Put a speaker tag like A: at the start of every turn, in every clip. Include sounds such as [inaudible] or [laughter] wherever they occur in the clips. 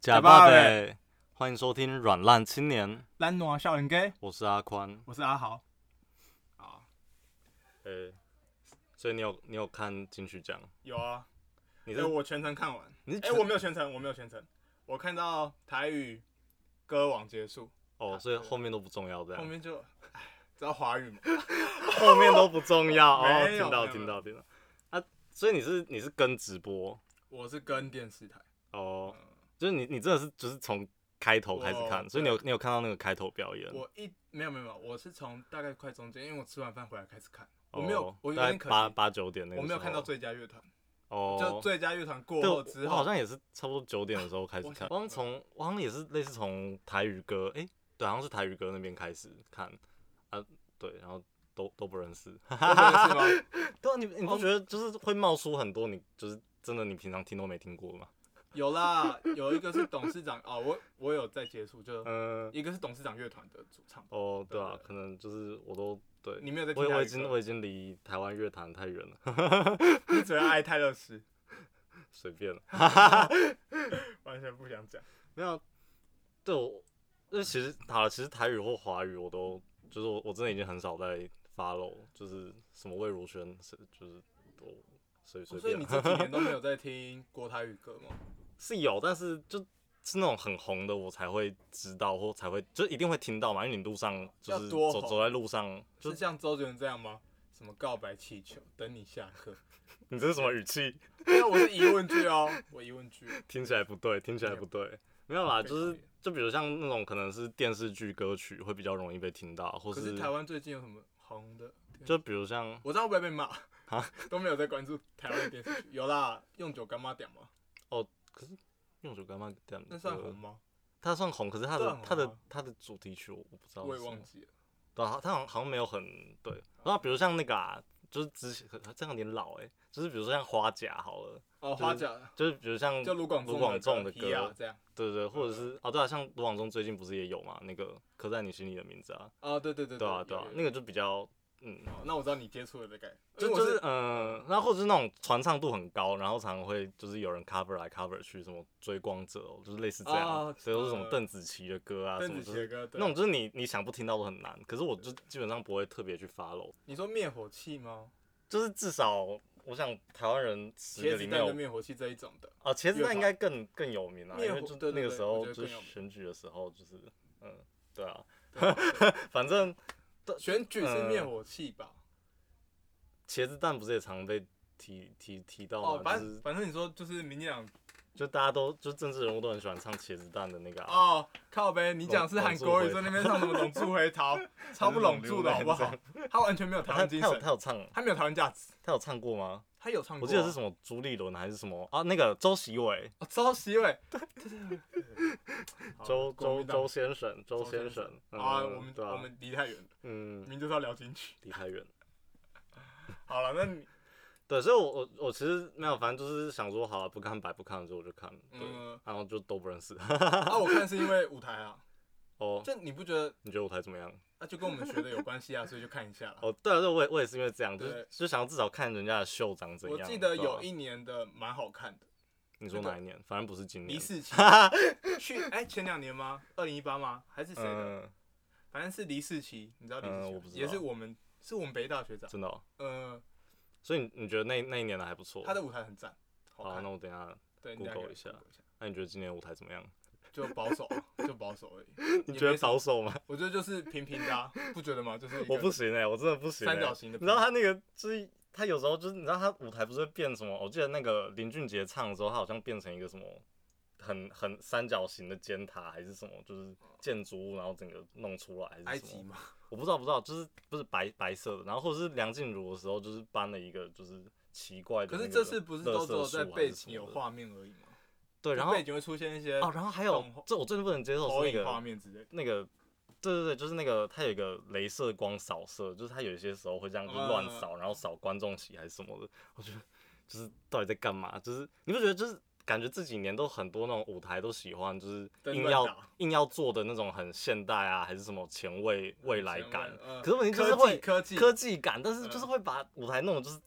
A: 假爸呗，欢迎收听《软烂青年》，
B: 蓝啊暖笑人 gay，
A: 我是阿宽。
B: 我是阿豪。啊，
A: 呃、所以你有你有看金曲奖？
B: 有啊，
A: 你
B: 因
A: 是、
B: 为我全程看完。
A: 你是
B: 哎、
A: 全
B: 我没有全程，我没有全程，我看到台语歌王结束，
A: 哦，所以后面都不重要，这样
B: 后面就，哎，知道华语吗？
A: [laughs] 后面都不重
B: [laughs]
A: 要哦。
B: 没有
A: 听到
B: 没有
A: 听到听到啊，所以你是你是跟直播
B: 我是跟电视台，
A: 哦，
B: 嗯
A: 就是你你真的是就是从开头开始看，
B: 我
A: 所以你有你有看到那个开头表演，
B: 我一没有没有没有，我是从大概快中间，因为我吃完饭回来开始看，
A: 哦
B: 我没有，我有
A: 大概
B: 点可惜
A: 八八九点那个时
B: 我
A: 候，
B: 没有看到最佳乐团，就
A: 哦。
B: 最佳乐团过
A: 对，
B: 后
A: 我
B: 之
A: 我好
B: 后，
A: 像也是差不多九点的时候开始看，我好
B: 我
A: 像从我好像也是类似从台语歌，诶，对，好像是台语歌那边开始看啊，对，然后都都不认识。 [laughs]
B: 我觉得是吗？
A: 对啊，你你不觉得就是会冒出很多你就是真的你平常听都没听过的吗？
B: 有啦，有一个是董事长哦，我我有在接触，就
A: 嗯，
B: 一个是董事长乐团的主唱，
A: 哦，对啊
B: 对，对
A: 可能就是我都对，
B: 你没有在
A: 我
B: 听
A: 也我
B: 台
A: 已
B: 语
A: 经
B: 歌
A: 我已经离台湾乐坛太远了， [laughs]
B: 你只会爱泰勒斯，
A: 随便了。
B: 完全不想讲。
A: 没有，对我，那其实好了，其实台语或华语我都，就是我我真的已经很少在 follow，就是什么魏如萱，是就是都随随
B: 哦所以
A: 便
B: 你
A: 啊、
B: 这几年都没有在听国台语歌吗？
A: 是有，但是就是那种很红的我才会知道或才会就一定会听到嘛，因为你路上就
B: 要
A: 是
B: 多
A: 走
B: 红
A: 走在路上， [laughs] 就是
B: 像周杰伦这样吗？什么告白气球，等你下
A: [laughs]
B: 课？
A: 你这是什么语气？
B: 因为我是疑问句哦，我疑问
A: [laughs]
B: 句。
A: 听起来不对，听起来不对。没有啦，
B: 被
A: 啊就是
B: 讨厌
A: 就比如像那种可能是电视剧歌曲会比较容易被听到，或
B: 可是
A: 是
B: 台湾最近有什么红的？
A: 就比如像
B: 我知道会不会被骂
A: 啊，
B: 都没有在关注台湾的电视剧。有啦，用酒干妈点吗？
A: 用手干嘛这样的歌，
B: 那算红吗？
A: 他算红，可是他的
B: 算红
A: 他的
B: 啊
A: 他的主题曲我我不知道，
B: 我也忘。记了。
A: 对啊，他好像好像没有很对。然后比如像那个啊，就是之前这样有点老哎、就是比如说像花甲好了，
B: 哦，
A: 就是
B: 花甲
A: 就是比如像
B: 就卢广
A: 卢广仲
B: 的
A: 的
B: 皮啊
A: 歌，
B: 这样。
A: 对对，或者
B: 嗯
A: 是哦对啊，像卢广仲最近不是也有嘛那个刻在你心里的名字啊，
B: 哦，对对对
A: 对啊对啊，那个
B: 个。
A: 就比较嗯，
B: 哦那我知道你接触了这个，
A: 就
B: 因为我
A: 就是嗯，然后或者是那种传唱度很高，然后常常会就是有人 cover 来 cover 去，什么追光者哦，就是类似这样，
B: 哦
A: 所以说什么
B: 嗯
A: 邓紫棋的歌啊，什
B: 邓
A: 么
B: 紫
A: 就
B: 棋
A: 是
B: 的歌，对
A: 那种就是你你想不听到都很难，可是我就基本上不会特别去 follow，
B: 你说灭火器吗？
A: 就是至少我想台湾人十个
B: 茄子
A: 里面
B: 蛋
A: 有
B: 的灭火器这一种的，
A: 啊，茄子蛋
B: 乐团
A: 应该更更有名啊，
B: 灭
A: 因为
B: 火
A: 就
B: 对
A: 那
B: 对
A: 个
B: 对
A: 时
B: 我
A: 候
B: 觉得
A: 就是
B: 更有名
A: 选举的时候就是嗯对啊，
B: 对啊
A: [laughs] 反正
B: 选举
A: 呃
B: 是灭火器吧？
A: 茄子蛋不是也常被提提提到
B: 哦，
A: 吗？
B: 反
A: 就是
B: 正反正你说就是民进党
A: 就大家都就政治人物都很喜欢唱茄子蛋的那个啊，
B: 哦，靠呗，你讲是韩国语，
A: 龙
B: 说那边唱什么拢住回逃，超不拢住的好不好？他完全没有台
A: 他
B: 湾精
A: 他有
B: 神，
A: 他有唱
B: 他没有台湾价值，
A: 他有唱过吗？
B: 他有唱
A: 我
B: 过啊，
A: 记得是什么朱立伦还是什么啊？那个周习伟，
B: 哦，周习伟，
A: [laughs] 周周周
B: 周
A: 先生，周
B: 周
A: 先
B: 先
A: 生嗯
B: 啊，我们
A: 对啊
B: 我们离太远了，
A: 嗯
B: 明明就是要聊进去。
A: 离太远。
B: 好了，那你
A: 对，所以我我我其实没有，反正就是想说，好了，啊不看白不看，所以我就看，对，
B: 嗯
A: 然后就都不认识。 [laughs]
B: 啊，我看是因为舞台啊，
A: 哦，
B: 就你不觉得
A: 你觉得舞台怎么样？
B: 啊，就跟我们学的有关系啊，所以就看一下啦。
A: 哦，对啊，对，我也我也是因为这样，就是
B: 对
A: 就想要至少看人家的秀长 [laughs] 怎
B: 我
A: 样。
B: 记得
A: 对啊
B: 有一年的蛮好看的，
A: 你说
B: 那个
A: 哪一年？反正不是今
B: 李
A: 年。[laughs]
B: 世奇去哎前两年吗？二零一八吗？还是谁的？
A: 嗯，
B: 反正是李世奇，你知道李世
A: 嗯
B: 奇
A: 我
B: 吗
A: 不知道
B: 也是我们是我们北大学长，
A: 真的、哦。
B: 呃，
A: 所以你你觉得那那一年的还不错？
B: 他的舞台很赞，好
A: 好，啊
B: 看
A: 那。我等一下。
B: 对，你
A: Google
B: 大概
A: 一下
B: Google
A: 那你觉得今年舞台怎么样？
B: 就保守，啊就保守而已。
A: 你
B: 也
A: 觉得
B: 没什么
A: 保守吗？
B: 我觉得就是平平的啊，不觉得吗？就是一个
A: 我不行哎、我真的不行、欸。
B: 三角形的
A: 你知道他那个就是他有时候就是你知道他舞台不是会变什么？我记得那个林俊杰唱的时候，他好像变成一个什么很很三角形的尖塔还是什么，就是建筑物然后整个弄出来还
B: 埃
A: 是什
B: 及
A: 么？
B: 嘛，
A: 我不知道不知道，就是不是白白色的，然后或者是梁静茹的时候就是搬了一个就是奇怪的
B: 可
A: 那
B: 是
A: 个垃圾树还什么的。
B: 这次不是都只有在背景有画面而已吗？
A: 对，然后
B: 就背景会出现一些
A: 哦，然后还有
B: 动画
A: 这我最不能接受
B: 投
A: 是那个
B: 影画面之类的。
A: 那个，对对对，就是那个，它有一个镭射光扫射，就是它有一些时候会这样就乱
B: 嗯
A: 扫，然后扫观众席还是什么的，我觉得就是到底在干嘛？就是你不觉得就是感觉这几年都很多那种舞台都喜欢就是
B: 灯
A: 硬
B: 乱
A: 要
B: 打
A: 硬要做的那种很现代啊，还是什么前卫未来感
B: 前卫呃，
A: 可是问题就是
B: 科技
A: 会
B: 科技
A: 科技感，但是
B: 嗯
A: 就是会把舞台弄得就是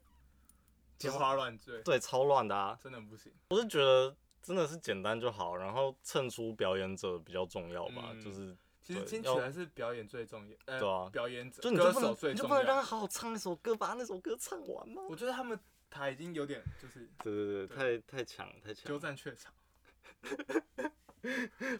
B: 天花乱坠，
A: 对超乱的啊，
B: 真的很不行。
A: 我是觉得真的是简单就好，然后衬出表演者比较重要吧，
B: 嗯
A: 就是
B: 其实
A: 对
B: 金曲
A: 要
B: 还是表演最重要，呃，
A: 对啊
B: 表演者
A: 就你就
B: 歌
A: 不
B: 手
A: 能
B: 最
A: 你就
B: 重
A: 不能让
B: 要
A: 他。好好唱一首歌，把那首歌唱完吗？
B: 我觉得他们台已经有点就是
A: 对对对，太太强太
B: 鸠
A: 强，
B: 占鹊巢，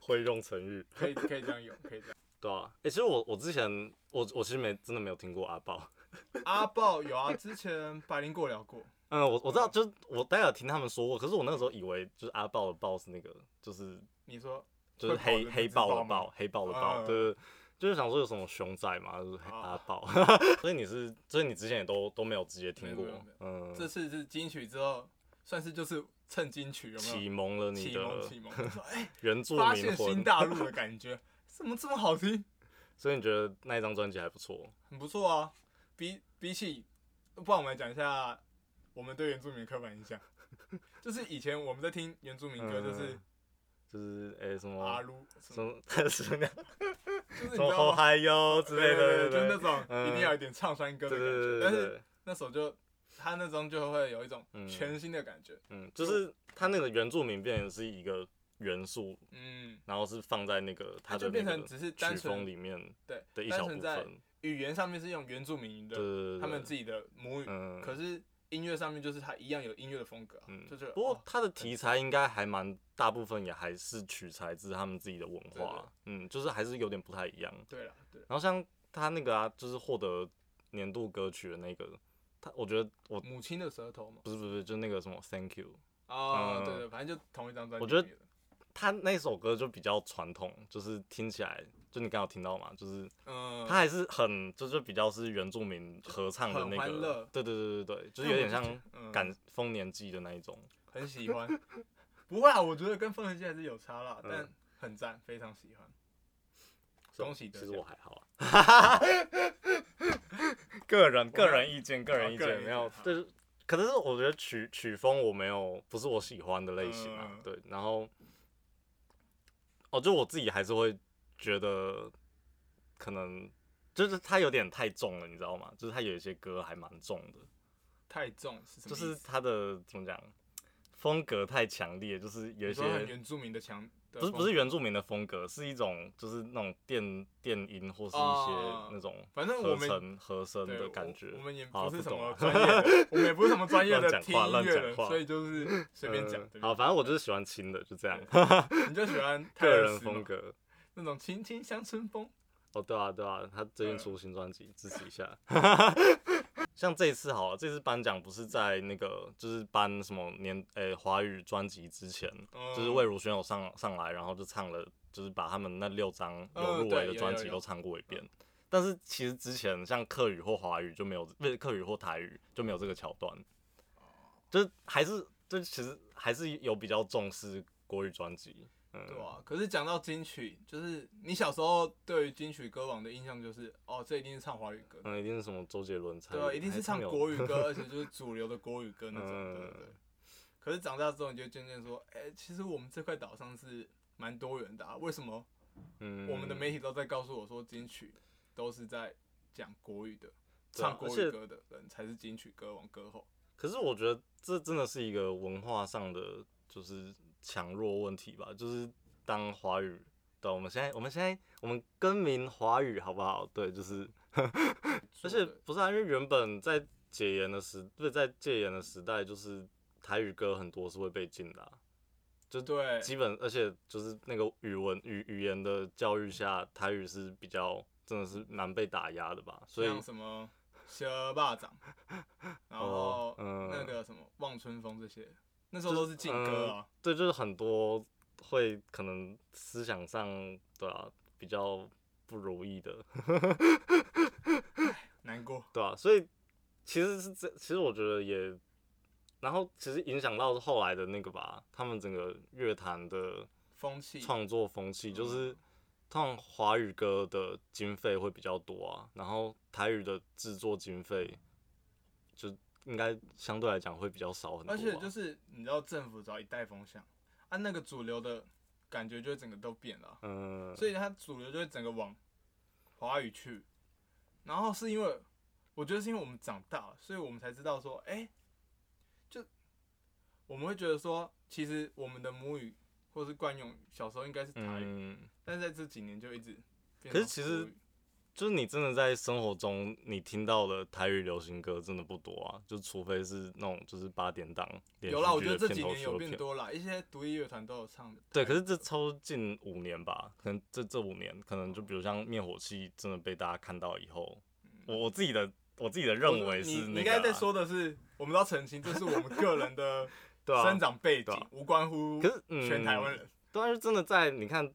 A: 会用成语。
B: 可以可以这样有，可以这样。
A: 对啊，哎、其实我我之前我我其实没真的没有听过阿豹， [laughs]
B: 阿豹有啊，之前百灵果聊过，
A: 嗯，我我知道，
B: 嗯
A: 就是我大概有听他们说过，可是我那个时候以为就是阿豹的豹是那个，就是
B: 你说
A: 就是
B: 会跑的
A: 黑
B: 那
A: 黑
B: 只
A: 豹
B: 豹
A: 的
B: 吗
A: 豹，黑豹的
B: 嗯
A: 豹，对对，就是想说有什么熊仔嘛，就是黑
B: 哦
A: 阿豹， [laughs] 所以你是，所以你之前也都都没有直接听过
B: 没有没有没，
A: 嗯，
B: 这次是金曲之后，算是就是趁金曲有没
A: 启
B: 有？
A: 蒙了你
B: 启蒙启
A: 的
B: 蒙，
A: [laughs]
B: 就说哎，
A: 原住
B: 发
A: 民
B: 现新
A: 魂，
B: 大陆的感觉，怎么这么好听？
A: 所以你觉得那一张专辑还不错，
B: 很不错啊。比比起，不然我们来讲一下我们对原住民的刻板印象， [laughs] 就是以前我们在听原住民歌，就是
A: 嗯就是诶、什
B: 阿
A: 么
B: 鲁什
A: 什
B: 么，
A: 么什么
B: 就是你知
A: 什么
B: 道
A: 后
B: 吗？
A: 嗨哟之类的，
B: 对就
A: 对
B: 那
A: 对
B: 种
A: 嗯
B: 一定要有点唱山歌的
A: 对
B: 感觉，
A: 对
B: 但
A: 对
B: 是
A: 对。
B: 那首就他那张就会有一种
A: 嗯
B: 全新的感觉，
A: 嗯，就是它那个原住民变成是一个元素，
B: 嗯，
A: 然后是放在那个
B: 它
A: 它
B: 就
A: 的
B: 变
A: 那
B: 成
A: 个
B: 只是单
A: 曲风
B: 纯
A: 里面
B: 对
A: 的一
B: 单
A: 小部
B: 纯在
A: 分。
B: 语言上面是用原住民
A: 对
B: 的
A: 对对，
B: 他们自
A: 己
B: 己的母语，
A: 嗯，
B: 可是音乐上面就是他一样有音乐的风格啊，
A: 嗯
B: 就是
A: 不过
B: 哦
A: 它的题材应该还蛮大部分也还是取材自他们自己的文
B: 对对
A: 化，嗯，就是还是有点不太一样。
B: 对了对了，
A: 然后像他那个啊，就是获得年度歌曲的那个，他我觉得我
B: 母亲的舌头嘛。
A: 不是不是，就那个什么 Thank You，
B: 哦，
A: 嗯
B: 对对，反正就同一张专辑。
A: 我觉得，他那首歌就比较传统，就是听起来就你刚好听到嘛，就是
B: 嗯，
A: 它还是很就是比较是原住民合唱的
B: 很
A: 那
B: 欢乐
A: 个，对对对对对，就是有点像
B: [laughs] 嗯
A: 感丰年祭的那一种。
B: 很喜欢。不会啊，我觉得跟风人界还是有差啦，
A: 嗯
B: 但很赞，非常喜欢。恭喜得
A: 其实
B: 奖
A: 我还好啊， [laughs] 个人个人意见，个人意
B: 个人
A: 见
B: 意见
A: 没有
B: 好，
A: 就是可能是我觉得曲曲风我没有不是我喜欢的类型啊
B: 嗯，
A: 对，然后哦，就我自己还是会觉得可能。就是它有点太重了，你知道吗？就是它有一些歌还蛮重的，
B: 太重是什
A: 就
B: 么意思？
A: 是他的怎么讲，风格太强烈，就是有
B: 你
A: 一
B: 说很
A: 些
B: 原住民的强，的
A: 不是
B: 风
A: 不是，原住民的风格，是一种就是那种电电音或是一
B: 哦
A: 些那种
B: 反正我
A: 合
B: 们
A: 成合声
B: 对
A: 的
B: 我
A: 感觉
B: 我。们也不
A: 好
B: 是
A: 不
B: 什
A: 懂
B: 么
A: 啊
B: 专业
A: [laughs]
B: 的，我们也不是什么专业
A: 乱
B: 的
A: 讲
B: 听
A: 话
B: 音
A: 乱
B: 乐
A: 讲
B: 人，
A: 话
B: 所以就是随便
A: [laughs]
B: 讲
A: 呃。
B: 对
A: 好，
B: 吧
A: 反正我就是喜欢轻的，就这样，
B: 你就喜欢泰
A: 个
B: 勒
A: 人
B: 斯嘛
A: 风格。
B: 那种轻轻像春风，
A: 哦，对啊，对啊，他最近
B: 嗯
A: 出新专辑，支持一下。 [laughs] 像这一次好了，这次颁奖不是在那个就是颁什么年诶华语专辑之前，就是魏
B: 了
A: 如萱有上上来，然后就唱了，就是把他们那六张
B: 嗯
A: 有入
B: 对
A: 围的
B: 有
A: 专
B: 有嗯
A: 辑
B: 有
A: 都唱过一遍。但是其实之前像客语或华语就没有，不是客语或台语就没有这个桥段，
B: 哦
A: 就是还是就其实还是有比较重视国语专辑，嗯，
B: 对啊，可是讲到金曲，就是你小时候对于金曲歌王的印象就是，哦，这一定是唱华语歌，
A: 嗯，一定是什么周杰伦才
B: 对啊，一定是唱国
A: 语，
B: 语歌，而且就是主流的国语歌那种，
A: 嗯
B: 对对对。可是长大之后，你就渐渐说，哎、其实我们这块岛上是蛮多元的啊，为什么
A: 嗯
B: 我们的媒体都在告诉我说金曲都是在讲国语的，
A: 对啊
B: 唱国
A: 而
B: 语
A: 且
B: 歌的人才是金曲歌王歌后？
A: 可是我觉得这真的是一个文化上的就是强弱问题吧，就是当华语对，我们现在我们现在我们更名华语好不好？对，就是而且不是啊，因为原本在解严的时，不是在戒严的时代，就是台语歌很多是会被禁的啊、就
B: 对，
A: 基本而且就是那个语文语语言的教育下，台语是比较真的是蛮被打压的吧，所以
B: 像什么蛇霸掌，然后
A: 哦嗯
B: 那个什么望春风这些，那时候都是禁歌啊。
A: 对，就是很多会可能思想上对啊比较不如意的， [laughs]
B: 难过，
A: 对啊，所以其实是这，其实我觉得也，然后其实影响到后来的那个吧，他们整个乐坛的
B: 风气
A: 创作风气，
B: 嗯
A: 就是通常华语歌的经费会比较多啊，然后台语的制作经费就应该相对来讲会比较少很多、
B: 而
A: 啊，
B: 且就是你知道政府只要一带风向，啊，那个主流的感觉就会整个都变了啊、
A: 嗯，
B: 所以它主流就会整个往华语去。然后是因为我觉得是因为我们长大了，所以我们才知道说，哎、就我们会觉得说，其实我们的母语或是惯用语，小时候应该是台语，
A: 嗯，
B: 但是在这几年就一直变
A: 可是
B: 成
A: 其
B: 国
A: 实
B: 语
A: 就是你真的在生活中，你听到的台语流行歌真的不多啊，就除非是那种就是八点档连
B: 有啦，我
A: 续
B: 觉
A: 剧
B: 得
A: 的
B: 这几
A: 片头
B: 年
A: 曲
B: 有
A: 的
B: 变
A: 片。
B: 多啦，一些独立乐团都有唱的台语。
A: 对，可是这超近五年吧，可能这这五年，可能就比如像灭火器真的被大家看到以后，我我自己的我自己的认为
B: 你
A: 是
B: 你
A: 那
B: 应
A: 个啊、
B: 该在说的是，我们都要澄清，这是我们个人的
A: [laughs] 对啊，
B: 生长背景，
A: 对啊
B: 无关乎
A: 可是嗯，
B: 全台湾人。
A: 但是真的在你看，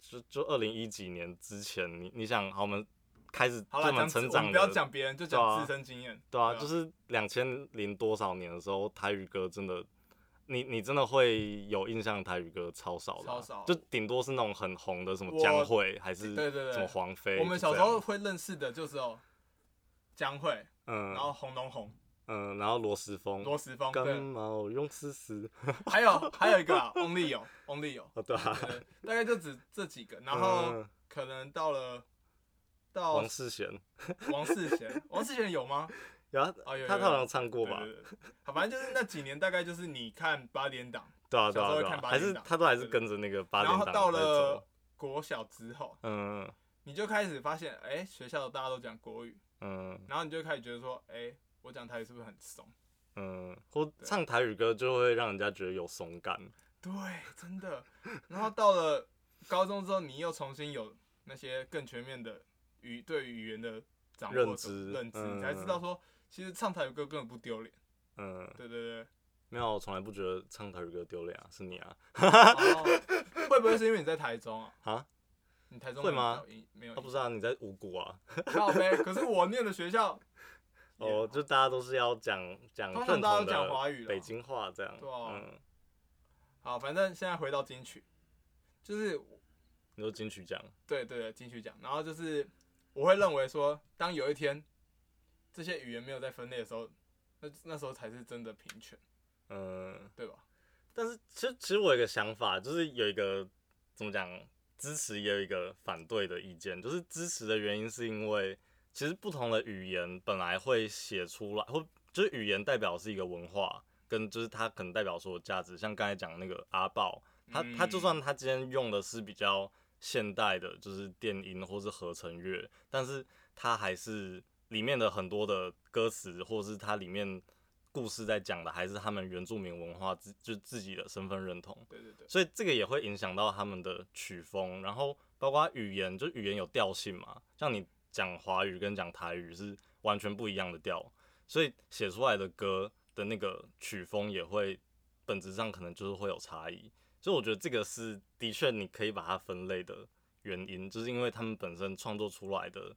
A: 就就二零一几年之前，你你想，好，我们开始
B: 好了，
A: 这么
B: 讲
A: 成
B: 自我
A: 长
B: 们
A: 的，
B: 不要讲别人，就
A: 对啊
B: 讲自身经验。
A: 对啊，
B: 对啊
A: 就是两千零多少年的时候，台语歌真的，你你真的会有印象，台语歌超少的啊、
B: 超少
A: 就顶多是那种很红的什么
B: 我
A: 江蕙，还是
B: 对对对
A: 什么黄飞，
B: 我们
A: 就这
B: 小时候
A: 样，
B: 会认识的就是哦，江蕙，
A: 嗯，
B: 然后红龙红、
A: 嗯，然后罗时丰，
B: 罗时丰，
A: 感
B: 对，
A: 冒用思思，
B: 还有还有
A: [laughs]
B: 一个啊，翁立友，翁立友，
A: 哦对啊，
B: 对，大概就只这几个。然后
A: 嗯
B: 可能到了到
A: 王世贤，
B: 王世贤，王世贤有
A: [laughs]
B: 吗？
A: 然后
B: 哦有有
A: 他他
B: 有
A: 好像唱过
B: 对
A: 吧？
B: 对对，好，反正就是那几年，大概就是你看八点档，
A: 对啊
B: 小时
A: 对
B: 候
A: 啊
B: 会
A: 对
B: 看
A: 啊，
B: 八
A: 还
B: 点
A: 是
B: 档
A: 他都还是跟着那个八
B: 然
A: 点
B: 后
A: 档
B: 到
A: 在走
B: 了国小之后，
A: 嗯
B: 你就开始发现，哎、学校大家都讲国语，
A: 嗯
B: 然后你就开始觉得说，哎、我讲台语是不是很怂？
A: 嗯，或唱台语歌就会让人家觉得有松感。
B: 对，真的。然后到了高中之后，你又重新有那些更全面的语对语言的掌握
A: 认知
B: 认知，
A: 嗯
B: 才知道说，其实唱台语歌根本不丢脸。
A: 嗯，
B: 对对对。
A: 没有，我从来不觉得唱台语歌丢脸啊，是你啊？
B: 哦， [laughs] 会不会是因为你在台中啊？
A: 啊，
B: 你台中
A: 会吗
B: 没有音？没有
A: 啊
B: 音，
A: 不是啊，你在五谷
B: [laughs]
A: 啊？
B: 靠背。可是我念的学校，
A: 哦，就大家都是要讲讲
B: 通常
A: 正
B: 大家
A: 统
B: 都讲华语
A: 的
B: 啦
A: 北京话这样。
B: 对啊
A: 嗯，
B: 好，反正现在回到金曲，就是
A: 你说金曲奖，
B: 对对对，金曲奖。然后就是我会认为说，当有一天这些语言没有在分类的时候，那那时候才是真的平权，
A: 嗯，
B: 对吧？
A: 但是其实其实我有一个想法，就是有一个怎么讲，支持也有一个反对的意见，就是支持的原因是因为其实不同的语言本来会写出来，或就是语言代表是一个文化，跟就是它可能代表说的价值，像刚才讲那个阿豹，他他就
B: 嗯
A: 算他今天用的是比较现代的，就是电音或是合成乐，但是他还是里面的很多的歌词，或是它里面故事在讲的，还是他们原住民文化自就自己的身份认同，
B: 对对对，
A: 所以这个也会影响到他们的曲风，然后包括语言，就语言有调性嘛，像你讲华语跟讲台语是完全不一样的调，所以写出来的歌的那个曲风也会本质上可能就是会有差异，所以我觉得这个是的确你可以把它分类的原因，就是因为他们本身创作出来的，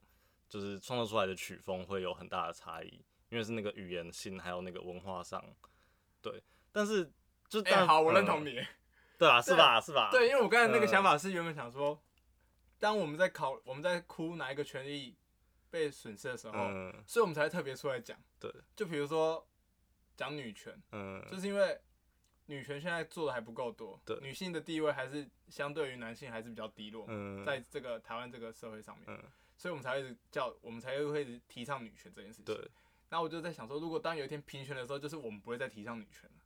A: 就是创作出来的曲风会有很大的差异，因为是那个语言性还有那个文化上，对，但是就
B: 哎、
A: 当然
B: 好，我认
A: 嗯
B: 同你。
A: 对啊，是
B: 对
A: 吧？是吧？
B: [laughs] 对，因为我刚才那个
A: 嗯
B: 想法是原本想说，当我们在考我们在哭哪一个权利被损失的时候，
A: 嗯，
B: 所以我们才会特别出来讲。
A: 对，
B: 就比如说讲女权，
A: 嗯
B: 就是因为女权现在做的还不够多，
A: 对
B: 女性的地位还是相对于男性还是比较低落嘛，
A: 嗯，
B: 在这个台湾这个社会上面，
A: 嗯
B: 所以我们才会一直叫我们才会一直提倡女权这件事情。
A: 对
B: 然后我就在想说，如果当有一天平权的时候，就是我们不会再提倡女权了。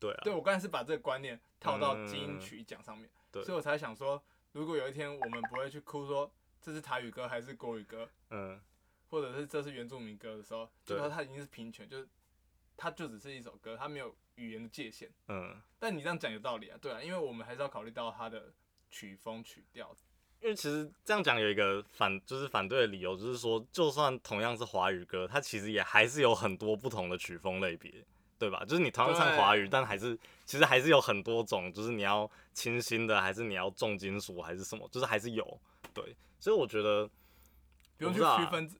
A: 对啊，
B: 对我刚才是把这个观念套到金
A: 嗯
B: 曲奖上面，
A: 对
B: 所以我才想说，如果有一天我们不会去哭说这是台语歌还是国语歌，
A: 嗯
B: 或者是这是原住民歌的时候，就
A: 对
B: 说它已经是平权，就是它就只是一首歌，它没有语言的界限。
A: 嗯，
B: 但你这样讲有道理啊，对啊，因为我们还是要考虑到它的曲风曲调。
A: 因为其实这样讲有一个反，就是反对的理由，就是说，就算同样是华语歌，它其实也还是有很多不同的曲风类别，对吧？就是你同样唱华语，但还是其实还是有很多种，就是你要清新的，还是你要重金属，还是什么，就是还是有。对，所以我觉得
B: 不用
A: 我不
B: 去
A: 知道啊嗯
B: 区分，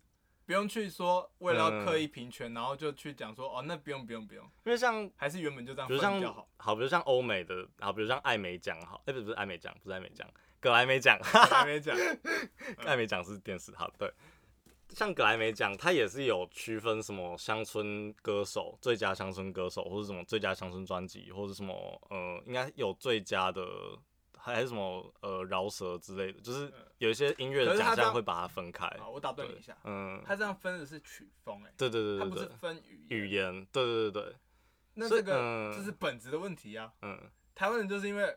B: 不用去说为了要刻意平权，然后就去讲说哦，那不用不用不用，
A: 因为像
B: 还是原本就这样
A: 比如
B: 分
A: 像
B: 比较
A: [laughs]
B: 好。
A: 比如像欧美的，好，比如像艾美奖，好，哎、不是不是艾美奖，不是艾美奖，葛莱美奖， [laughs]
B: 我还没讲，
A: 艾美奖是电视好对。像格莱美奖，它也是有区分什么乡村歌手、最佳乡村歌手，或者什么最佳乡村专辑，或者什么呃，应该有最佳的，还是什么呃饶舌之类的，
B: 嗯
A: 就是有一些音乐
B: 可
A: 的
B: 是它
A: 奖
B: 这
A: 项
B: 样
A: 会把它分开。
B: 好，我打断你一下，
A: 嗯，
B: 他这样分的是曲风、欸，哎，
A: 对对对
B: 他
A: 对
B: 不是
A: 对，
B: 分语言
A: 语言，对对对对，
B: 那
A: 所
B: 这
A: 以
B: 个
A: 嗯
B: 这是本质的问题啊。
A: 嗯
B: 台湾人就是因为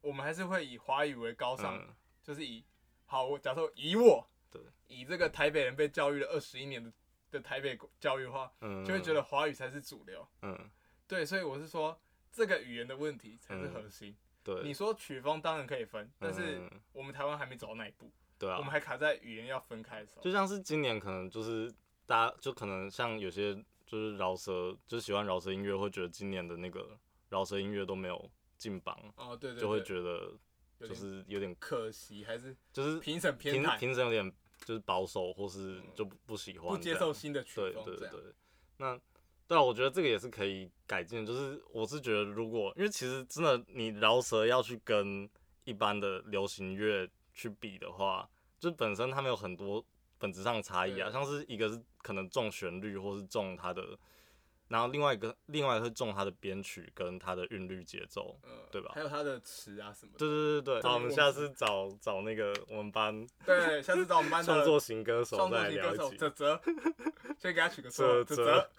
B: 我们还是会以华语为高尚，
A: 嗯，
B: 就是以好，我假设以我
A: 对
B: 以这个台北人被教育了二十一年的的台北教育的话，
A: 嗯，
B: 就会觉得华语才是主流。
A: 嗯，
B: 对，所以我是说这个语言的问题才是核心。
A: 嗯对，
B: 你说曲风当然可以分，但是
A: 嗯
B: 我们台湾还没走到那一步，
A: 对啊，
B: 我们还卡在语言要分开的时候。
A: 就像是今年可能就是大家就可能像有些就是饶舌，就是喜欢饶舌音乐，会觉得今年的那个饶舌音乐都没有进榜，
B: 哦，对对对，
A: 就会觉得就
B: 有点
A: 是有点
B: 可惜，还是
A: 就是
B: 评审偏
A: 评
B: 袒，嗯
A: 评审有点就是保守，或是就不不喜欢
B: 不接
A: 这样
B: 受新的曲
A: 对
B: 风
A: 对
B: 这样。
A: 对，那对啊，我觉得这个也是可以改进的。就是我是觉得，如果因为其实真的你饶舌要去跟一般的流行乐去比的话，就本身他们有很多本质上的差异啊，
B: 对
A: 像是一个是可能重旋律，或是重它的，然后另外一个另外一个是重它的编曲跟它的韵律节奏。
B: 呃
A: 对吧
B: 还有他的词啊什么的。
A: 对对对对，
B: 这
A: 好，我
B: 个
A: 们
B: 我
A: 下
B: 们
A: 次找找那个我们班
B: 对，下次找我们班的
A: 创作型歌手
B: 创
A: 再
B: 作
A: 来
B: 型
A: 聊
B: 歌
A: 一
B: 手
A: 集，
B: 泽泽，先给他取个绰号，
A: 泽
B: 泽泽。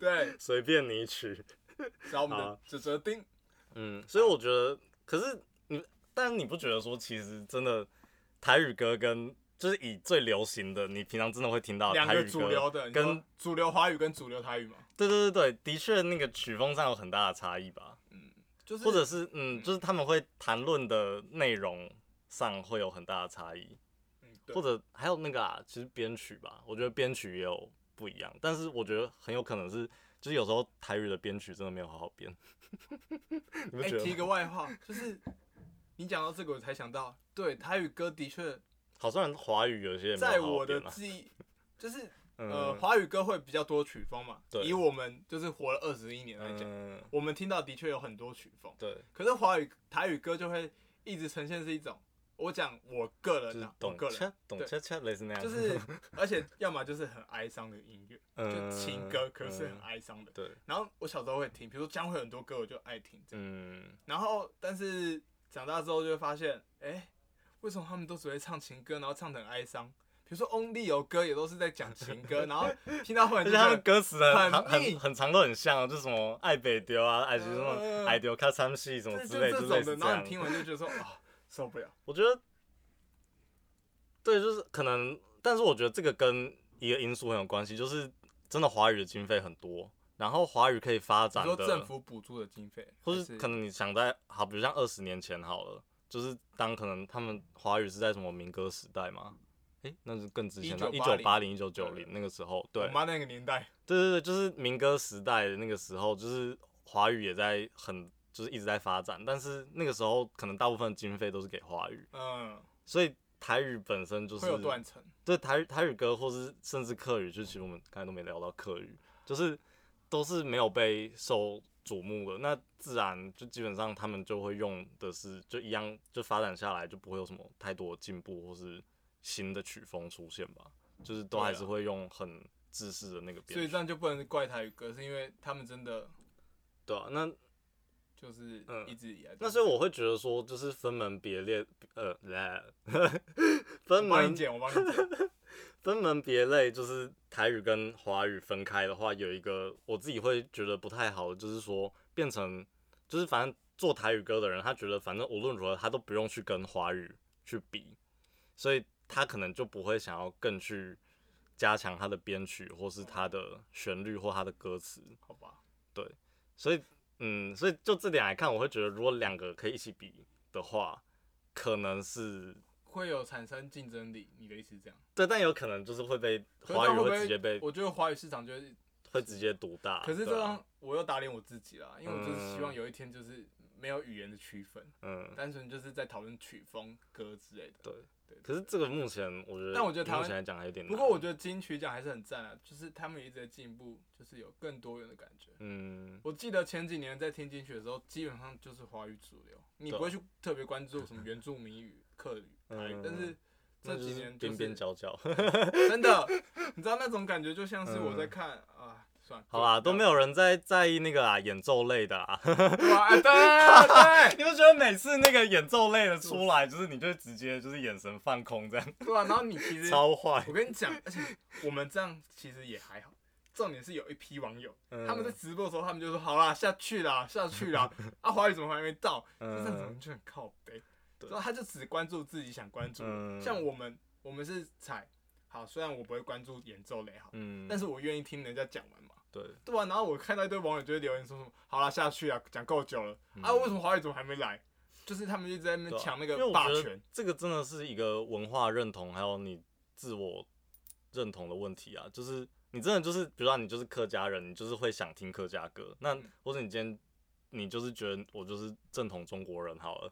B: 对，
A: 随便你取。
B: 然后我们
A: 好
B: 的泽泽丁，
A: 嗯，所以我觉得，可是你，但你不觉得说，其实真的台语歌跟就是以最流行的，你平常真的会听到的
B: 两
A: 台
B: 个
A: 语
B: 主流
A: 歌，
B: 的，你
A: 跟
B: 说主流华语跟主流台语嘛，
A: 对对对对，的确那个曲风上有很大的差异吧，
B: 就是
A: 或者是嗯，就是他们会谈论的内容上会有很大的差异，
B: 嗯对
A: 或者还有那个啊，其实编曲吧，我觉得编曲也有不一样，但是我觉得很有可能是，就是有时候台语的编曲真的没有好好编， [laughs] 你不
B: 哎、
A: 觉得
B: 提一
A: 吗？
B: 个外话，就是你讲到这个，我才想到，对台语歌的确
A: 好像华语有些也没有
B: 在
A: 好好
B: 我的
A: 编啊
B: 记忆，就是呃
A: 嗯。
B: 华语歌会比较多曲风嘛，
A: 对
B: 以我们就是活了二十一年来讲，
A: 嗯，
B: 我们听到的确有很多曲风，
A: 对，
B: 可是华语台语歌就会一直呈现是一种，我讲我个
A: 就
B: 人
A: 是
B: 啊，我
A: 懂
B: 个人
A: 恰懂
B: 对
A: 恰恰类似那样，
B: 就是，而且要么就是很哀伤的音乐，就
A: 嗯
B: 情歌，啊可是很
A: 嗯
B: 哀伤的。
A: 对，
B: 然后我小时候会听，比如说江蕙很多歌我就爱听这样。
A: 嗯，
B: 然后但是长大之后就会发现，哎、为什么他们都只会唱情歌，然后唱得很哀伤？比如说翁立友歌也都是在讲情歌，然后听到后来
A: 而
B: 就
A: 且他 [laughs]
B: 觉
A: 们
B: 得
A: 歌词很
B: 很
A: 很
B: 密
A: 很很常都很像啊，就是什么爱北丢啊，爱就是什
B: 嗯
A: 么爱丢卡参戏什么
B: 这
A: 之类，
B: 就
A: 就
B: 这
A: 类
B: 种
A: 似
B: 的，
A: 这
B: 然后你听
A: 样。
B: 完就觉得说啊、受不了，
A: 我觉得，对，就是可能，但是我觉得这个跟一个因素很有关系，就是真的华语的经费很多，然后华语可以发
B: 你
A: 展
B: 说
A: 的，
B: 政府补助的经费，
A: 或
B: 还
A: 是可能你想在好，比如像二十年前好了，就是当可能他们华语是在什么民歌时代嘛，诶、那是更之前的，一九
B: 1980
A: 八零、一九九零那个时候，对
B: 我，妈那个年代，
A: 对对对，就是民歌时代的那个时候，就是华语也在很就是一直在发展，但是那个时候可能大部分经费都是给华语，
B: 嗯，
A: 所以台语本身就是
B: 会有断层，
A: 对台语台语歌，或是甚至客语，就其实我们刚才都没聊到客语，就是都是没有被受瞩目的，那自然就基本上他们就会用的是就一样，就发展下来就不会有什么太多的进步或是新的曲风出现吧，就是都
B: 对啊
A: 还是会用很自式的那个
B: 所以
A: 编
B: 这
A: 曲，
B: 样就不能怪台语歌，是因为他们真的
A: 对啊，那
B: 就是
A: 嗯
B: 一直以来都，
A: 那所以我会觉得说，就是分门别类，呃， [laughs] 来分
B: 我帮
A: 门
B: 你剪，我帮你剪，
A: 分门别类，就是台语跟华语分开的话，有一个我自己会觉得不太好的，就是说变成就是反正做台语歌的人，他觉得反正无论如何他都不用去跟华语去比，所以他可能就不会想要更去加强他的编曲或是他的旋律或他的歌词，
B: 好吧，
A: 所以，嗯，所以就这点来看，我会觉得如果两个可以一起比的话，可能是
B: 会有产生竞争力，你的意思是这样？
A: 对，但有可能就是会被
B: 可是
A: 华
B: 这
A: 语
B: 样会不
A: 会直接被
B: 我觉得华语市场就是，
A: 会直接独大。
B: 可是
A: 对
B: 这
A: 啊
B: 样我又打脸我自己啦，因为我就是希望
A: 嗯
B: 有一天就是没有语言的区分，
A: 嗯，
B: 单纯就是在讨论曲风、歌之类的。
A: 对。可是这个目前我觉得，
B: 但我觉得台湾
A: 目前来讲还有点难。
B: 不过我觉得金曲奖还是很赞啊，就是他们也一直在进步，就是有更多元的感觉。
A: 嗯，
B: 我记得前几年在听金曲的时候，基本上就是华语主流，你
A: 对啊
B: 不会去特别关注
A: [laughs]
B: 什么原住民语、客语、台语，
A: 嗯
B: 但是
A: 那
B: 这
A: 就
B: 几
A: 是
B: 年就
A: 边
B: 是
A: 边角
B: [laughs]
A: 角。
B: 真的，你知道那种感觉就像是我在
A: 嗯
B: 看啊，算了，
A: 好啦，都没有人在在意那个啊演奏类的
B: [laughs]
A: 啊。
B: 哇，哎对对对
A: 你们觉得每次那个演奏类的出来，就是你就会直接就是眼神放空这样，
B: 对啊，然后你其实，
A: 超坏
B: 我。跟你讲，而且我们这样其实也还好，重点是有一批网友，
A: 嗯
B: 他们在直播的时候，他们就说好啦，下去啦，下
A: [laughs]
B: 去啦，啊，华语怎么还没到？
A: 嗯
B: 就这样子我们就很靠北，
A: 对
B: 然后他就只关注自己想关注的，
A: 嗯
B: 像我们，我们是踩好，虽然我不会关注演奏类好，
A: 嗯，
B: 但是我愿意听人家讲完嘛，
A: 对，
B: 对啊，然后我看到一堆网友就会留言说什么，好啦，下去啊，讲够久了，啊，
A: 嗯
B: 为什么华语怎么还没来？就是他们一直在
A: 对
B: 那边
A: 啊
B: 抢那
A: 因为
B: 个
A: 我
B: 霸
A: 觉得
B: 权，
A: 这个真的是一个文化认同，还有你自我认同的问题啊。就是你真的就是，比如说你就是客家人，你就是会想听客家歌，那
B: 嗯
A: 或者你今天你就是觉得我就是正统中国人好了，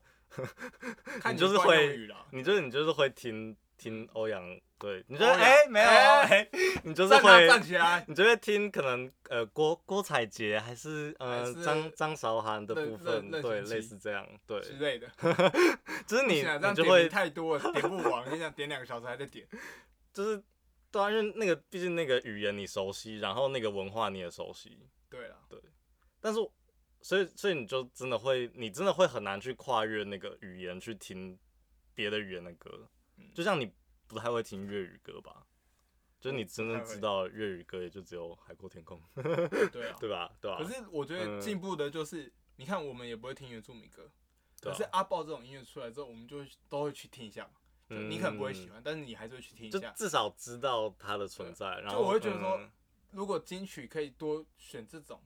B: 看
A: 你
B: 你
A: 就是
B: 惯用
A: 会
B: 语啦，
A: 你就是你就是会听听欧阳，对你觉得
B: 嗯欧阳
A: 哎、没有
B: 哎
A: 哎、你就是
B: 站啊
A: 会
B: 站起来，
A: 你就会听可能呃郭郭采洁还是呃
B: 还是
A: 张张韶涵的
B: 任
A: 部分，
B: 任任
A: 对，
B: 贤齐
A: 类似这样， [laughs] 对，
B: 之类的。
A: 就是
B: 不 [laughs]
A: 你
B: 行啊这样
A: 你就
B: 点名
A: 会
B: 太多了，点不完。你想点两个小时还在点，
A: 就是对啊，因为那个毕竟那个语言你熟悉，然后那个文化你也熟悉，
B: 对了，
A: 但是我所以所以你就真的会，你真的会很难去跨越那个语言去听别的语言的歌，
B: 嗯
A: 就像你不太会听粤语歌吧。就是你真
B: 不
A: 正
B: 太会
A: 知道粤语歌，也就只有《海阔天空》，
B: 对啊。
A: 对吧？对吧？
B: 可是我觉
A: 嗯
B: 得进步的就是，你看我们也不会听原住民歌，
A: 对
B: 可
A: 啊
B: 是阿豹这种音乐出来之后，我们就会都会去听一下嘛。就你可能不会喜
A: 嗯
B: 欢，但是你还是会去听一
A: 就
B: 下。
A: 至少知道它的存在。然后
B: 就我会觉得说
A: 嗯
B: 如果金曲可以多选这种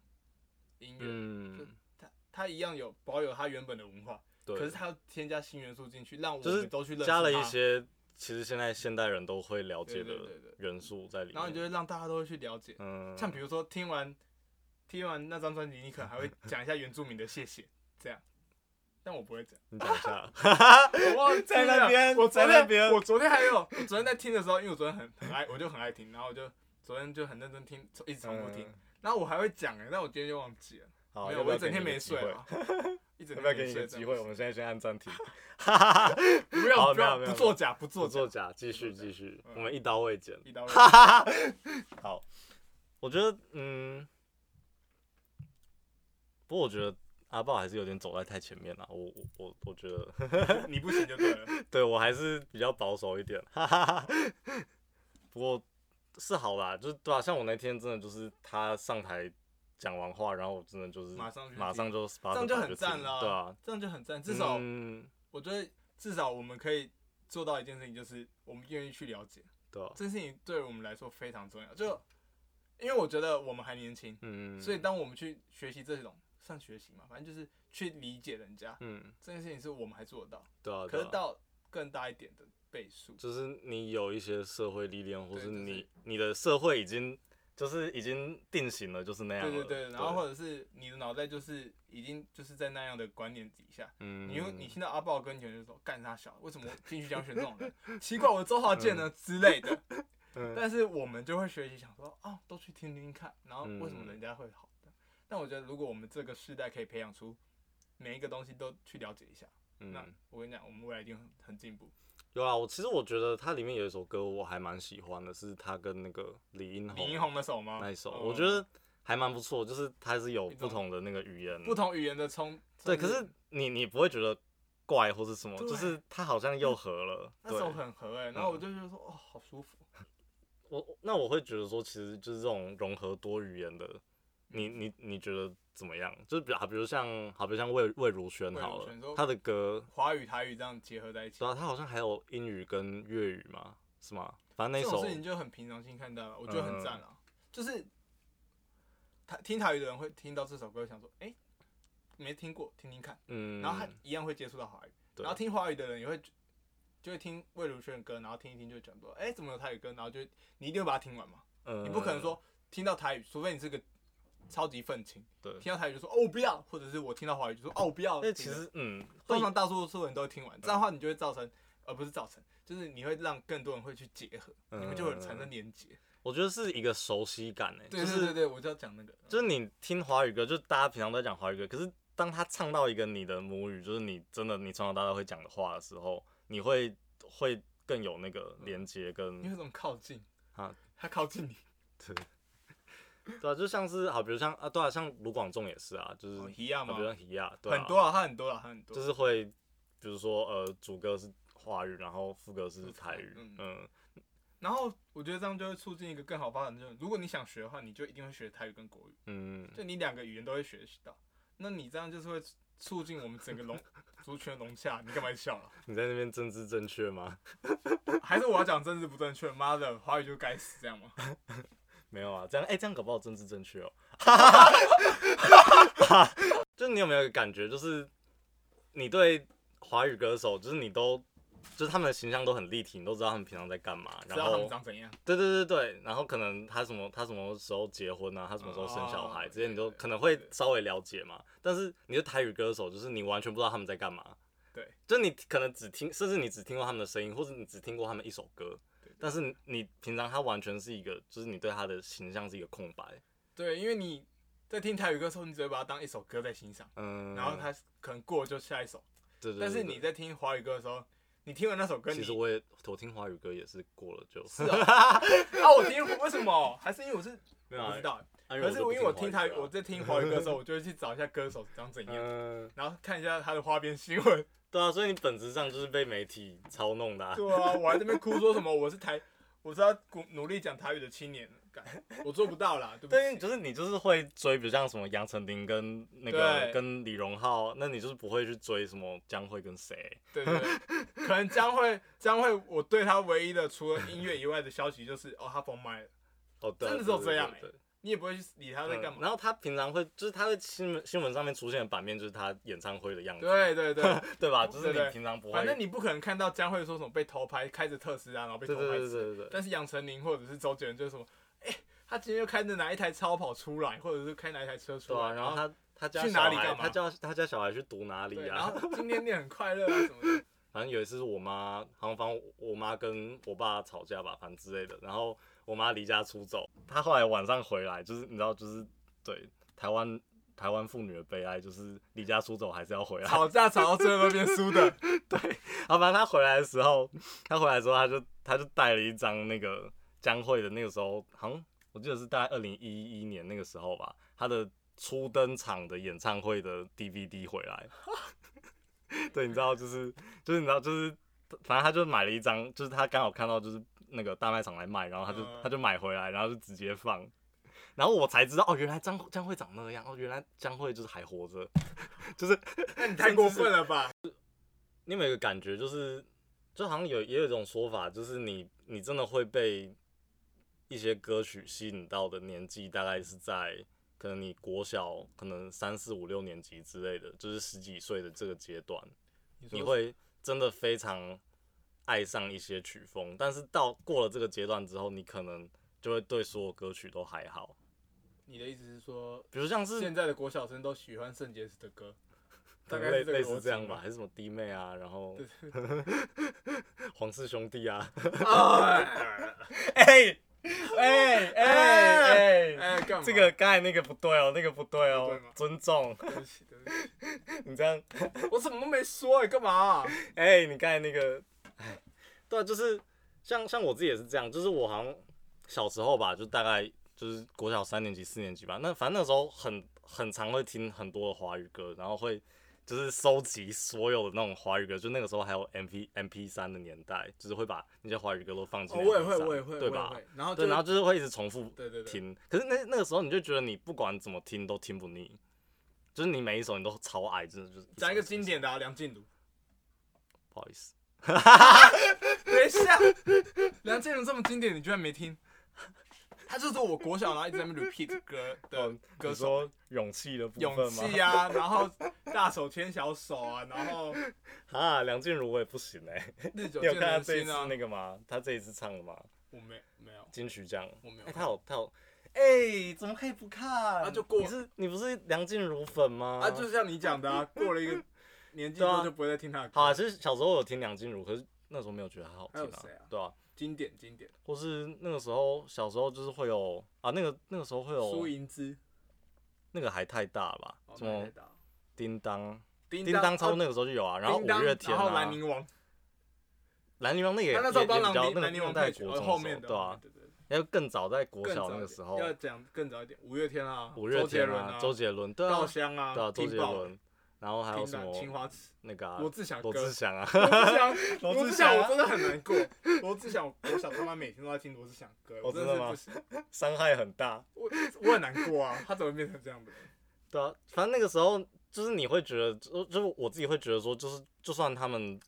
B: 音乐，就
A: 嗯，
B: 它它一样有保有它原本的文化，
A: 对，
B: 可是它添加新元素进去，让我
A: 就是
B: 们都去认识
A: 加了一
B: 它，
A: 些其实现在现代人都会了解的
B: 对对对对
A: 元素在里面。
B: 然后你就会让大家都会去了解。
A: 嗯，
B: 像比如说听完听完那张专辑，你可能还会讲一下原住民的谢谢这样，但我
A: [laughs]
B: 不会这样。
A: 你讲一
B: [laughs]
A: 下，
B: 我忘记了
A: 在那边
B: 我昨天
A: 在那边
B: 我昨天还有，我昨天在听的时候，因为我昨天很很爱，我就很爱听，然后我就昨天就很认真听，一直重复听。
A: 嗯
B: 然后我还会讲哎、但我今天就忘记了，
A: 好，
B: 没
A: 要
B: 有，
A: 不
B: 我
A: 要
B: 一整
A: 给
B: 天
A: 你
B: 没
A: 个机
B: 睡
A: 会 [laughs]
B: 啊，一整
A: 要不要
B: 天没
A: 给你一
B: 睡
A: 个
B: 这
A: 机
B: 样
A: 会？我
B: 子
A: 们现在先按
B: [laughs]
A: 暂停。哈哈哈，
B: 不
A: 好
B: 要不
A: 没有
B: 要
A: 没有
B: 不作假不
A: 不
B: 作
A: 作
B: 假，
A: 假，继续继续，
B: 嗯
A: 我们一刀未
B: [laughs]
A: 剪。
B: 一刀未
A: 哈哈哈，好，我觉得嗯，不过我觉得阿豹还是有点走在太前面了，我我我我觉得。
B: 剪 [laughs] 你不行就对
A: [laughs]
B: 了。
A: 对我还是比较保守一点，哈哈哈。不过是好啦，就是对啊，像我那天真的就是他上台讲完话，然后我真的就是
B: 马上去
A: 马上就把
B: 这样就很赞
A: 了，
B: 了，
A: 对啊，
B: 这样就很赞。至少
A: 嗯，
B: 我觉得，至少我们可以做到一件事情，就是我们愿意去了解
A: 对啊，
B: 这件事情，对我们来说非常重要。就因为我觉得我们还年轻，
A: 嗯，
B: 所以当我们去学习这种算学习嘛，反正就是去理解人家
A: 嗯，
B: 这件事情，是我们还做得到。
A: 对啊，
B: 可
A: 对
B: 是
A: 啊
B: 到更大一点的倍数，
A: 就是你有一些社会历练，或
B: 对
A: 是
B: 就是
A: 你你的社会已经就是已经定型了，就是那样
B: 对
A: 了，
B: 对对，然后或者是你的脑袋就是已经就是在那样的观念底下，
A: 嗯，
B: 你又你听到阿豹跟你就说干他小，为什么进去讲选这种人？奇怪，我周华健呢之类的。
A: 嗯
B: [laughs] 但是我们就会学习想说，哦，都去听听看，然后为什么
A: 嗯
B: 人家会好的？但我觉得如果我们这个世代可以培养出每一个东西都去了解一下，那
A: 嗯，
B: 我跟你讲，我们未来一定很很进步。
A: 有啊，我其实我觉得它里面有一首歌我还蛮喜欢的，是他跟那个李英
B: 李
A: 宏
B: 英红的手吗？
A: 那一首，
B: 哦
A: 我觉得还蛮不错，就是它是有
B: 一
A: 不同
B: 种
A: 的那个语言，
B: 不同语言的冲，
A: 对，可
B: 冲
A: 是你你不会觉得怪或是什么，
B: 对嗯
A: 就是它好像又合了。
B: 那首
A: 对，嗯
B: 很合哎、然后我就觉得说，哦，好舒服。
A: 我那我会觉得说，其实就是这种融合多语言的，你你你觉得怎么样？就是比如比如像好，比如像魏魏如萱
B: 魏
A: 好
B: 如
A: 了
B: 萱说，
A: 她的歌，
B: 华语、台语这样结合在一起
A: 对，啊，她好像还有英语跟粤语嘛，是吗？反正
B: 这
A: 那
B: 种
A: 首
B: 事情就很平常心看待了，我觉得很赞
A: 嗯
B: 啊。就是台听台语的人会听到这首歌，想说，哎、没听过，听听看。
A: 嗯，
B: 然后他一样会接触到华语，
A: 对
B: 然后听华语的人也会就会听魏如萱的歌，然后听一听就讲说，哎、怎么有台语歌？然后就你一定会把它听完嘛，
A: 嗯
B: 你不可能说听到台语，除非你是个超级愤青，
A: 对。
B: 听到台语就说哦我不要，或者是我听到华语就说哦我不要。
A: 那其实嗯，会
B: 通常大多数人都会听完，这样的话你就会造成，而不是造成，就是你会让更多人会去结合，
A: 嗯
B: 你们就会产生连结。
A: 我觉得是一个熟悉感诶，
B: 呃对
A: 就
B: 对
A: 是
B: 对对，我就要讲那个，
A: 就是你听华语歌，就是大家平常都在讲华语歌，可是当他唱到一个你的母语，就是你真的你从小到大会讲的话的时候，你会会更有那个连接跟
B: [laughs] 你有种靠近
A: 啊，
B: 他靠近你，
A: 对，对啊，就像是好，比如像啊，对啊，像卢广仲也是啊，就是、
B: 哦一
A: 啊
B: 样嘛
A: 比，如像一亚，对、啊，
B: 很多啊，他很多啊，他很多
A: 就。是会，比如说呃，主歌是华语，然后副歌是台语，
B: 嗯
A: 嗯，
B: 然后我觉得这样就会促进一个更好发展。就是如果你想学的话，你就一定会学台语跟国语，
A: 嗯，
B: 就你两个语言都会学习到。那你这样就是会促进我们整个融族群的融洽。你干嘛笑了？
A: 你在那边政治正确吗？
B: [laughs] 还是我要讲政治不正确？妈的，华语就该死这样吗？
A: 没有啊，这样哎、这样搞不好政治正确哦。 [laughs] 就你有没有一个感觉，就是你对华语歌手，就是你都，就是他们的形象都很立体，你都知道他们平常在干嘛，
B: 知
A: 然
B: 道他们
A: 后
B: 长怎样？
A: 对对对对，然后可能他什么他什么时候结婚啊，他什么时候生小孩，
B: 哦
A: 这些你都
B: 对
A: 可能会稍微了解嘛。但是你的台语歌手，就是你完全不知道他们在干嘛。
B: 对，
A: 就你可能只听，甚至你只听过他们的声音，或者你只听过他们一首歌，但是你你平常他完全是一个，就是你对他的形象是一个空白。
B: 对，因为你在听台语歌的时候，你只会把它当一首歌在欣赏，
A: 嗯，
B: 然后他可能过了就下一首。
A: 对对对
B: 但
A: 对
B: 是你在听华语歌的时候，你听完那首歌，你
A: 其实我也我听华语歌也是过了就，
B: 是 [laughs] 啊，啊，我听为什么？还是因为我是
A: 没
B: 我不知，道，
A: 啊因为
B: 可是因为我听台，
A: 就不华语歌啊
B: 我在听华语歌的时候，我就会去找一下歌手长怎样，
A: 嗯，
B: 然后看一下他的花边
A: [laughs]
B: 新闻。
A: 对啊，所以你本质上就是被媒体操弄的、啊。
B: 对啊，我还在那边哭说什么我是台，我是要努努力讲台语的青年，
A: [laughs]
B: 干我做不到啦，对不
A: 对，
B: 对？
A: 就是你就是会追，比如像什么杨丞琳跟那个
B: 对
A: 跟李荣浩，那你就是不会去追什么江蕙跟谁。
B: 对对对，可能将会将会，我对他唯一的除了音乐以外的消息就是，哦，他封麦了，
A: 哦，对啊，
B: 真的只有
A: 对
B: 这样
A: 对
B: 欸
A: 对对
B: 你也不会去理他在干
A: 嗯
B: 嘛。
A: 然后他平常会，就是他在新闻新闻上面出现的版面，就是他演唱会的样子，
B: 对对对，
A: 对吧？就是
B: 对对
A: 你平常不会，
B: 反正你不可能看到将会说什么被偷拍，开着特斯拉然后被偷
A: 对对
B: 拍
A: 对
B: 之类的
A: 对对对，
B: 但是杨丞琳或者是周杰伦就是什么，哎、他今天又开着哪一台超跑出来，或者是开哪一台车出
A: 对
B: 来，
A: 啊。然后他他家
B: 去
A: 小
B: 哪里
A: 孩
B: 干嘛
A: 他叫他家小孩去读哪
B: 对，
A: 里
B: 然
A: 啊？
B: 后今天你很快乐啊什么的，
A: [laughs] 反正有一次是我妈，好像反正我妈跟我爸吵架吧，反正之类的。然后我妈离家出走，她后来晚上回来，就是你知道，就是对台湾台湾妇女的悲哀，就是离家出走还是要回来。
B: 吵架吵到最后都变输
A: [laughs]
B: 的，
A: 好，反正她回来的时候，她回来的时候，她就她就带了一张那个江蕙的那个时候，好像我记得是大概二零一一年那个时候吧，她的初登场的演唱会的 DVD 回
B: [laughs]
A: 来。对，你知道就是就是你知道就是，反正他就买了一张，就是他刚好看到就是那个大卖场来卖，然后他就、
B: 嗯
A: 他就买回来，然后就直接放。然后我才知道哦，原来张江蕙长那样哦，原来江蕙就是还活着， [laughs] 就是
B: 那你太过分了吧？
A: 你有没有一个感觉，就是就好像有也有一种说法，就是你你真的会被一些歌曲吸引到的年纪，大概是在可能你国小可能三四五六年级之类的，就是十几岁的这个阶段，
B: 说
A: 你会真的非常爱上一些曲风，但是到过了这个阶段之后，你可能就会对所有歌曲都还好，
B: 你的意思是说，
A: 比如像是
B: 现在的国小生都喜欢圣洁石
A: [laughs]
B: 的歌，大概
A: 类
B: 是这个
A: 类
B: 逻
A: 似
B: 辑
A: 这样吧，
B: [laughs] 吧
A: 还是什么弟妹啊，然后 [laughs] 皇室兄弟
B: [laughs]
A: 啊，哎哎 [laughs] 哎哎，
B: 哎，干嘛？
A: 这个刚才那个不对哦，那个不对
B: 不
A: 哦
B: 对吗，
A: 尊重，
B: 对不起，对不起，
A: 你这样，
B: 我什么都没说、哎，干嘛、
A: 哎，你刚才那个，哎，对啊，就是像像我自己也是这样，就是我好像小时候吧，就大概就是国小三年级、四年级吧，那反正那时候很很常会听很多的华语歌，然后会。就是收集所有的那种华语歌，就那个时候还有 M P M P 三的年代，就是会把那些华语歌都放进
B: 哦，
A: MP3。
B: 我也会，我也会，
A: 对
B: 我也
A: 吧？
B: 会。然后哦就
A: 对，然后就是会一直重复
B: 对对对
A: 听。可是那那个时候你就觉得你不管怎么听都听不腻，就是你每一首你都超爱，真的就是首
B: 讲一个
A: 首
B: 经。典的、啊、
A: [laughs]
B: 梁静茹。
A: 不好意思，
B: 等一下，梁静茹这么经典，你居然没听？ [laughs] 他就是我国小，然后一直在
A: [laughs]
B: 那边 repeat 歌的歌
A: 哦你
B: 手，
A: 说勇气的部
B: 勇
A: 分吗？
B: 气啊，然后大手牵小手啊，然后
A: 啊，梁静茹我也不行哎、
B: 日
A: [laughs]
B: 久
A: 你有
B: 见
A: 看她
B: 人
A: 这一
B: 心
A: 次
B: 啊。
A: 那个吗？她这一次唱的吗？
B: 我没没有，
A: 金曲奖。
B: 我没有
A: 哎、
B: 看
A: 她有她有。哎、怎么可以不看？
B: 啊就过
A: 你是你不是梁静茹粉吗？
B: 啊，就像你讲的啊，过了一个
A: [laughs]
B: 年纪之
A: 对
B: 后
A: 啊
B: 就不会再听他的歌。
A: 好、啊，其实小时候有听梁静茹，可是那时候没有觉得她好听
B: 还有谁啊
A: 对啊，
B: 经典经典，
A: 或是那个时候小时候就是会有啊，那个那个时候会
B: 苏
A: 有
B: 银枝，
A: 那个还太大吧，
B: 哦
A: 什么叮当
B: 叮
A: 叮当超
B: 超
A: 过那个时候就有啊，然后五
B: 叮当
A: 月天
B: 然后
A: 啊
B: 兰，陵王，
A: 兰陵王那个也也
B: 他
A: 也
B: 那时候
A: 比
B: 帮兰
A: 较
B: 陵
A: 那个
B: 兰陵
A: 年
B: 王
A: 代
B: 配
A: 国
B: 曲，
A: 中
B: 呃
A: 的
B: 后面
A: 时
B: 的
A: 候对啊，
B: 对对对，
A: 要更早在国
B: 更
A: 小
B: 早
A: 那
B: 一
A: 个
B: 点
A: 时候，
B: 要讲更早一点，五月天啊，
A: 五月
B: 周杰
A: 天
B: 伦
A: 啊，周杰伦对啊
B: 稻，香啊，
A: 对啊，周
B: 听
A: 杰
B: 爆
A: 伦，然后还有
B: 平
A: 什
B: 板青
A: 么
B: 花瓷，
A: 那个啊
B: 罗志祥
A: 罗
B: 歌
A: 志祥啊， [laughs]
B: 罗志祥，
A: 罗
B: 罗
A: 志
B: 志
A: 祥
B: 祥，
A: 啊
B: 我真的很难过。罗志祥，我想他妈每天都在听罗志祥歌，我
A: 哦
B: 真
A: 真
B: 的
A: 的
B: 是
A: 吗
B: 不行，
A: 伤害很大。
B: 我我很难过啊，他怎么会变成这样的人？
A: 对啊，反正那个时候就是你会觉得，就就是我自己会觉得说，就是就算他们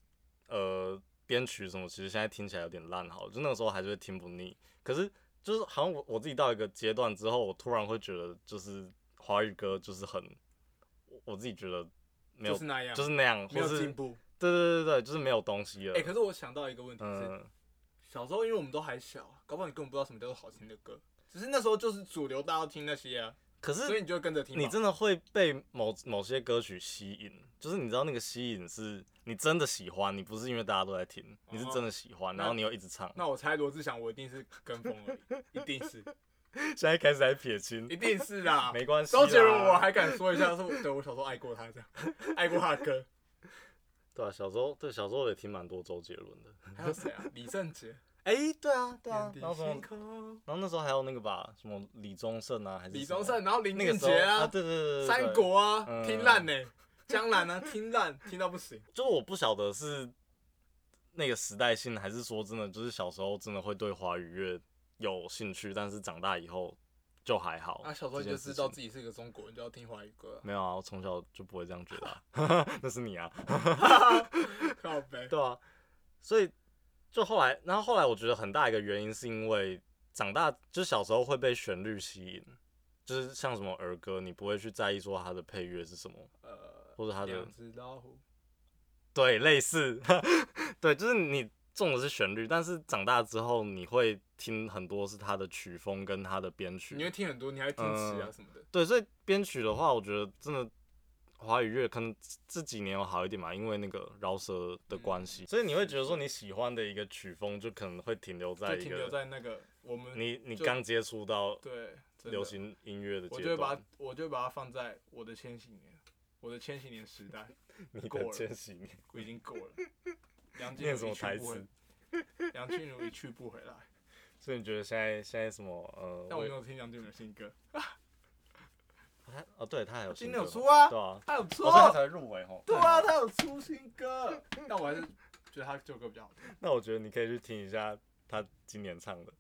A: 呃编曲什么，其实现在听起来有点烂，好了，就那个时候还是会听不腻。可是就是好像我我自己到一个阶段之后，我突然会觉得，就是华语歌就是很，我我自己觉得没有，
B: 就是那样，
A: 就是那样，或
B: 没有
A: 是
B: 进步。
A: 对对对对，就是没有东西了。
B: 哎、可是我想到一个问题是，
A: 嗯，
B: 小时候因为我们都还小，啊搞不好你根本不知道什么叫做好听的歌，只是那时候就是主流大家都听那些啊，
A: 可是
B: 所以你就会跟着听嘛。
A: 你真的会被某某些歌曲吸引，就是你知道那个吸引是你真的喜欢，你不是因为大家都在听，你是真的喜欢，
B: 那
A: 然后你又一直唱。
B: 那我猜罗志祥，我一定是跟风而已，一定是，
A: 现在开始在撇清
B: 一，定是
A: [laughs]
B: 啦。
A: 没关系啦。啊
B: 周杰伦我还敢说一下，是我对我小时候爱过他这样，爱过他的歌。
A: 对啊，小时候对小时候也听蛮多周杰伦的。
B: 还有谁啊？李圣杰。
A: 哎、对啊，对
B: 天
A: 啊，
B: 地
A: 然后什
B: 星
A: 么，
B: 空。
A: 然后那时候还有那个吧，什么李宗盛啊，还是
B: 李
A: 什么
B: 宗盛，然后林
A: 那个
B: 俊
A: 时候
B: 杰啊，
A: 对对对对对，
B: 三国啊，
A: 嗯
B: 听烂呢、江南啊，听烂，听到不行。
A: 就是我不晓得是那个时代性，还是说真的就是小时候真的会对华语乐有兴趣，但是长大以后就还好。
B: 啊，小时候
A: 哦
B: 你
A: 这
B: 就
A: 件事
B: 知道
A: 情
B: 自己是个中国人，就要听华语歌、
A: 没有啊，我从小就不会这样觉得、啊，
B: [laughs]
A: 那是你啊，
B: 啊，靠背。
A: 对啊，所以就后来，然后后来我觉得很大一个原因是因为长大，就是小时候会被旋律吸引，就是像什么儿歌，你不会去在意说它的配乐是什么，
B: 呃，
A: 或者它的
B: 两只老虎。
A: 对，类似， [laughs] 对，就是你中的是旋律，但是长大之后你会听很多是它的曲风跟它的编曲
B: 你，会听很多，你还会听词啊
A: 嗯
B: 什么的。
A: 对，所以编曲的话，我觉得真的华语乐可能这几年有好一点嘛，因为那个饶舌的关系，嗯所以你会觉得说你喜欢的一个曲风就可能会停留在
B: 就
A: 一
B: 停留
A: 个
B: 在那个我们
A: 你你
B: 就
A: 刚接触到
B: 对真的
A: 流行音乐的
B: 我就会
A: 阶
B: 把
A: 段
B: 它，，我就会把它放在我的千禧年，我的千禧年时代
A: 你
B: 过了
A: 的千禧年
B: 我已经过了。梁静
A: 念什
B: 茹一
A: 么台
B: 去不回
A: 词，？
B: 梁静茹一去不
A: [laughs]
B: 回来。
A: 所以你觉得现在现在什么呃，
B: 但我
A: 我
B: 没有听梁静茹的新歌，
A: 他哦，对他还有
B: 今
A: 新
B: 天有
A: 歌
B: 出
A: 嘛
B: 啊
A: 对啊，
B: 她有出
A: 哦，所以他才会入围吼。
B: 对啊，她有出新歌，但我还是觉得她旧歌比较好
A: [laughs]
B: 听。
A: 那我觉得你可以去听一下他今年唱的，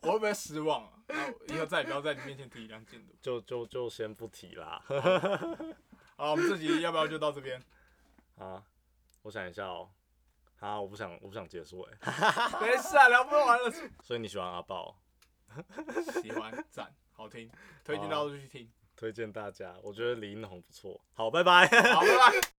B: 我会不会失望啊？那我以后再也不要在你面前提梁静茹。
A: 就就就先不提啦。 [laughs]
B: 好，我们这集要不要就到这边？
A: 啊，我想一下哦，啊，我不想我不想结束哎、
B: 没事啊，聊不完了。
A: [laughs] 所以你喜欢阿豹，哦
B: 喜欢，赞，好听，推荐大家都去听。
A: 推荐大家，我觉得李英红不错。好，拜拜。
B: 好，拜拜。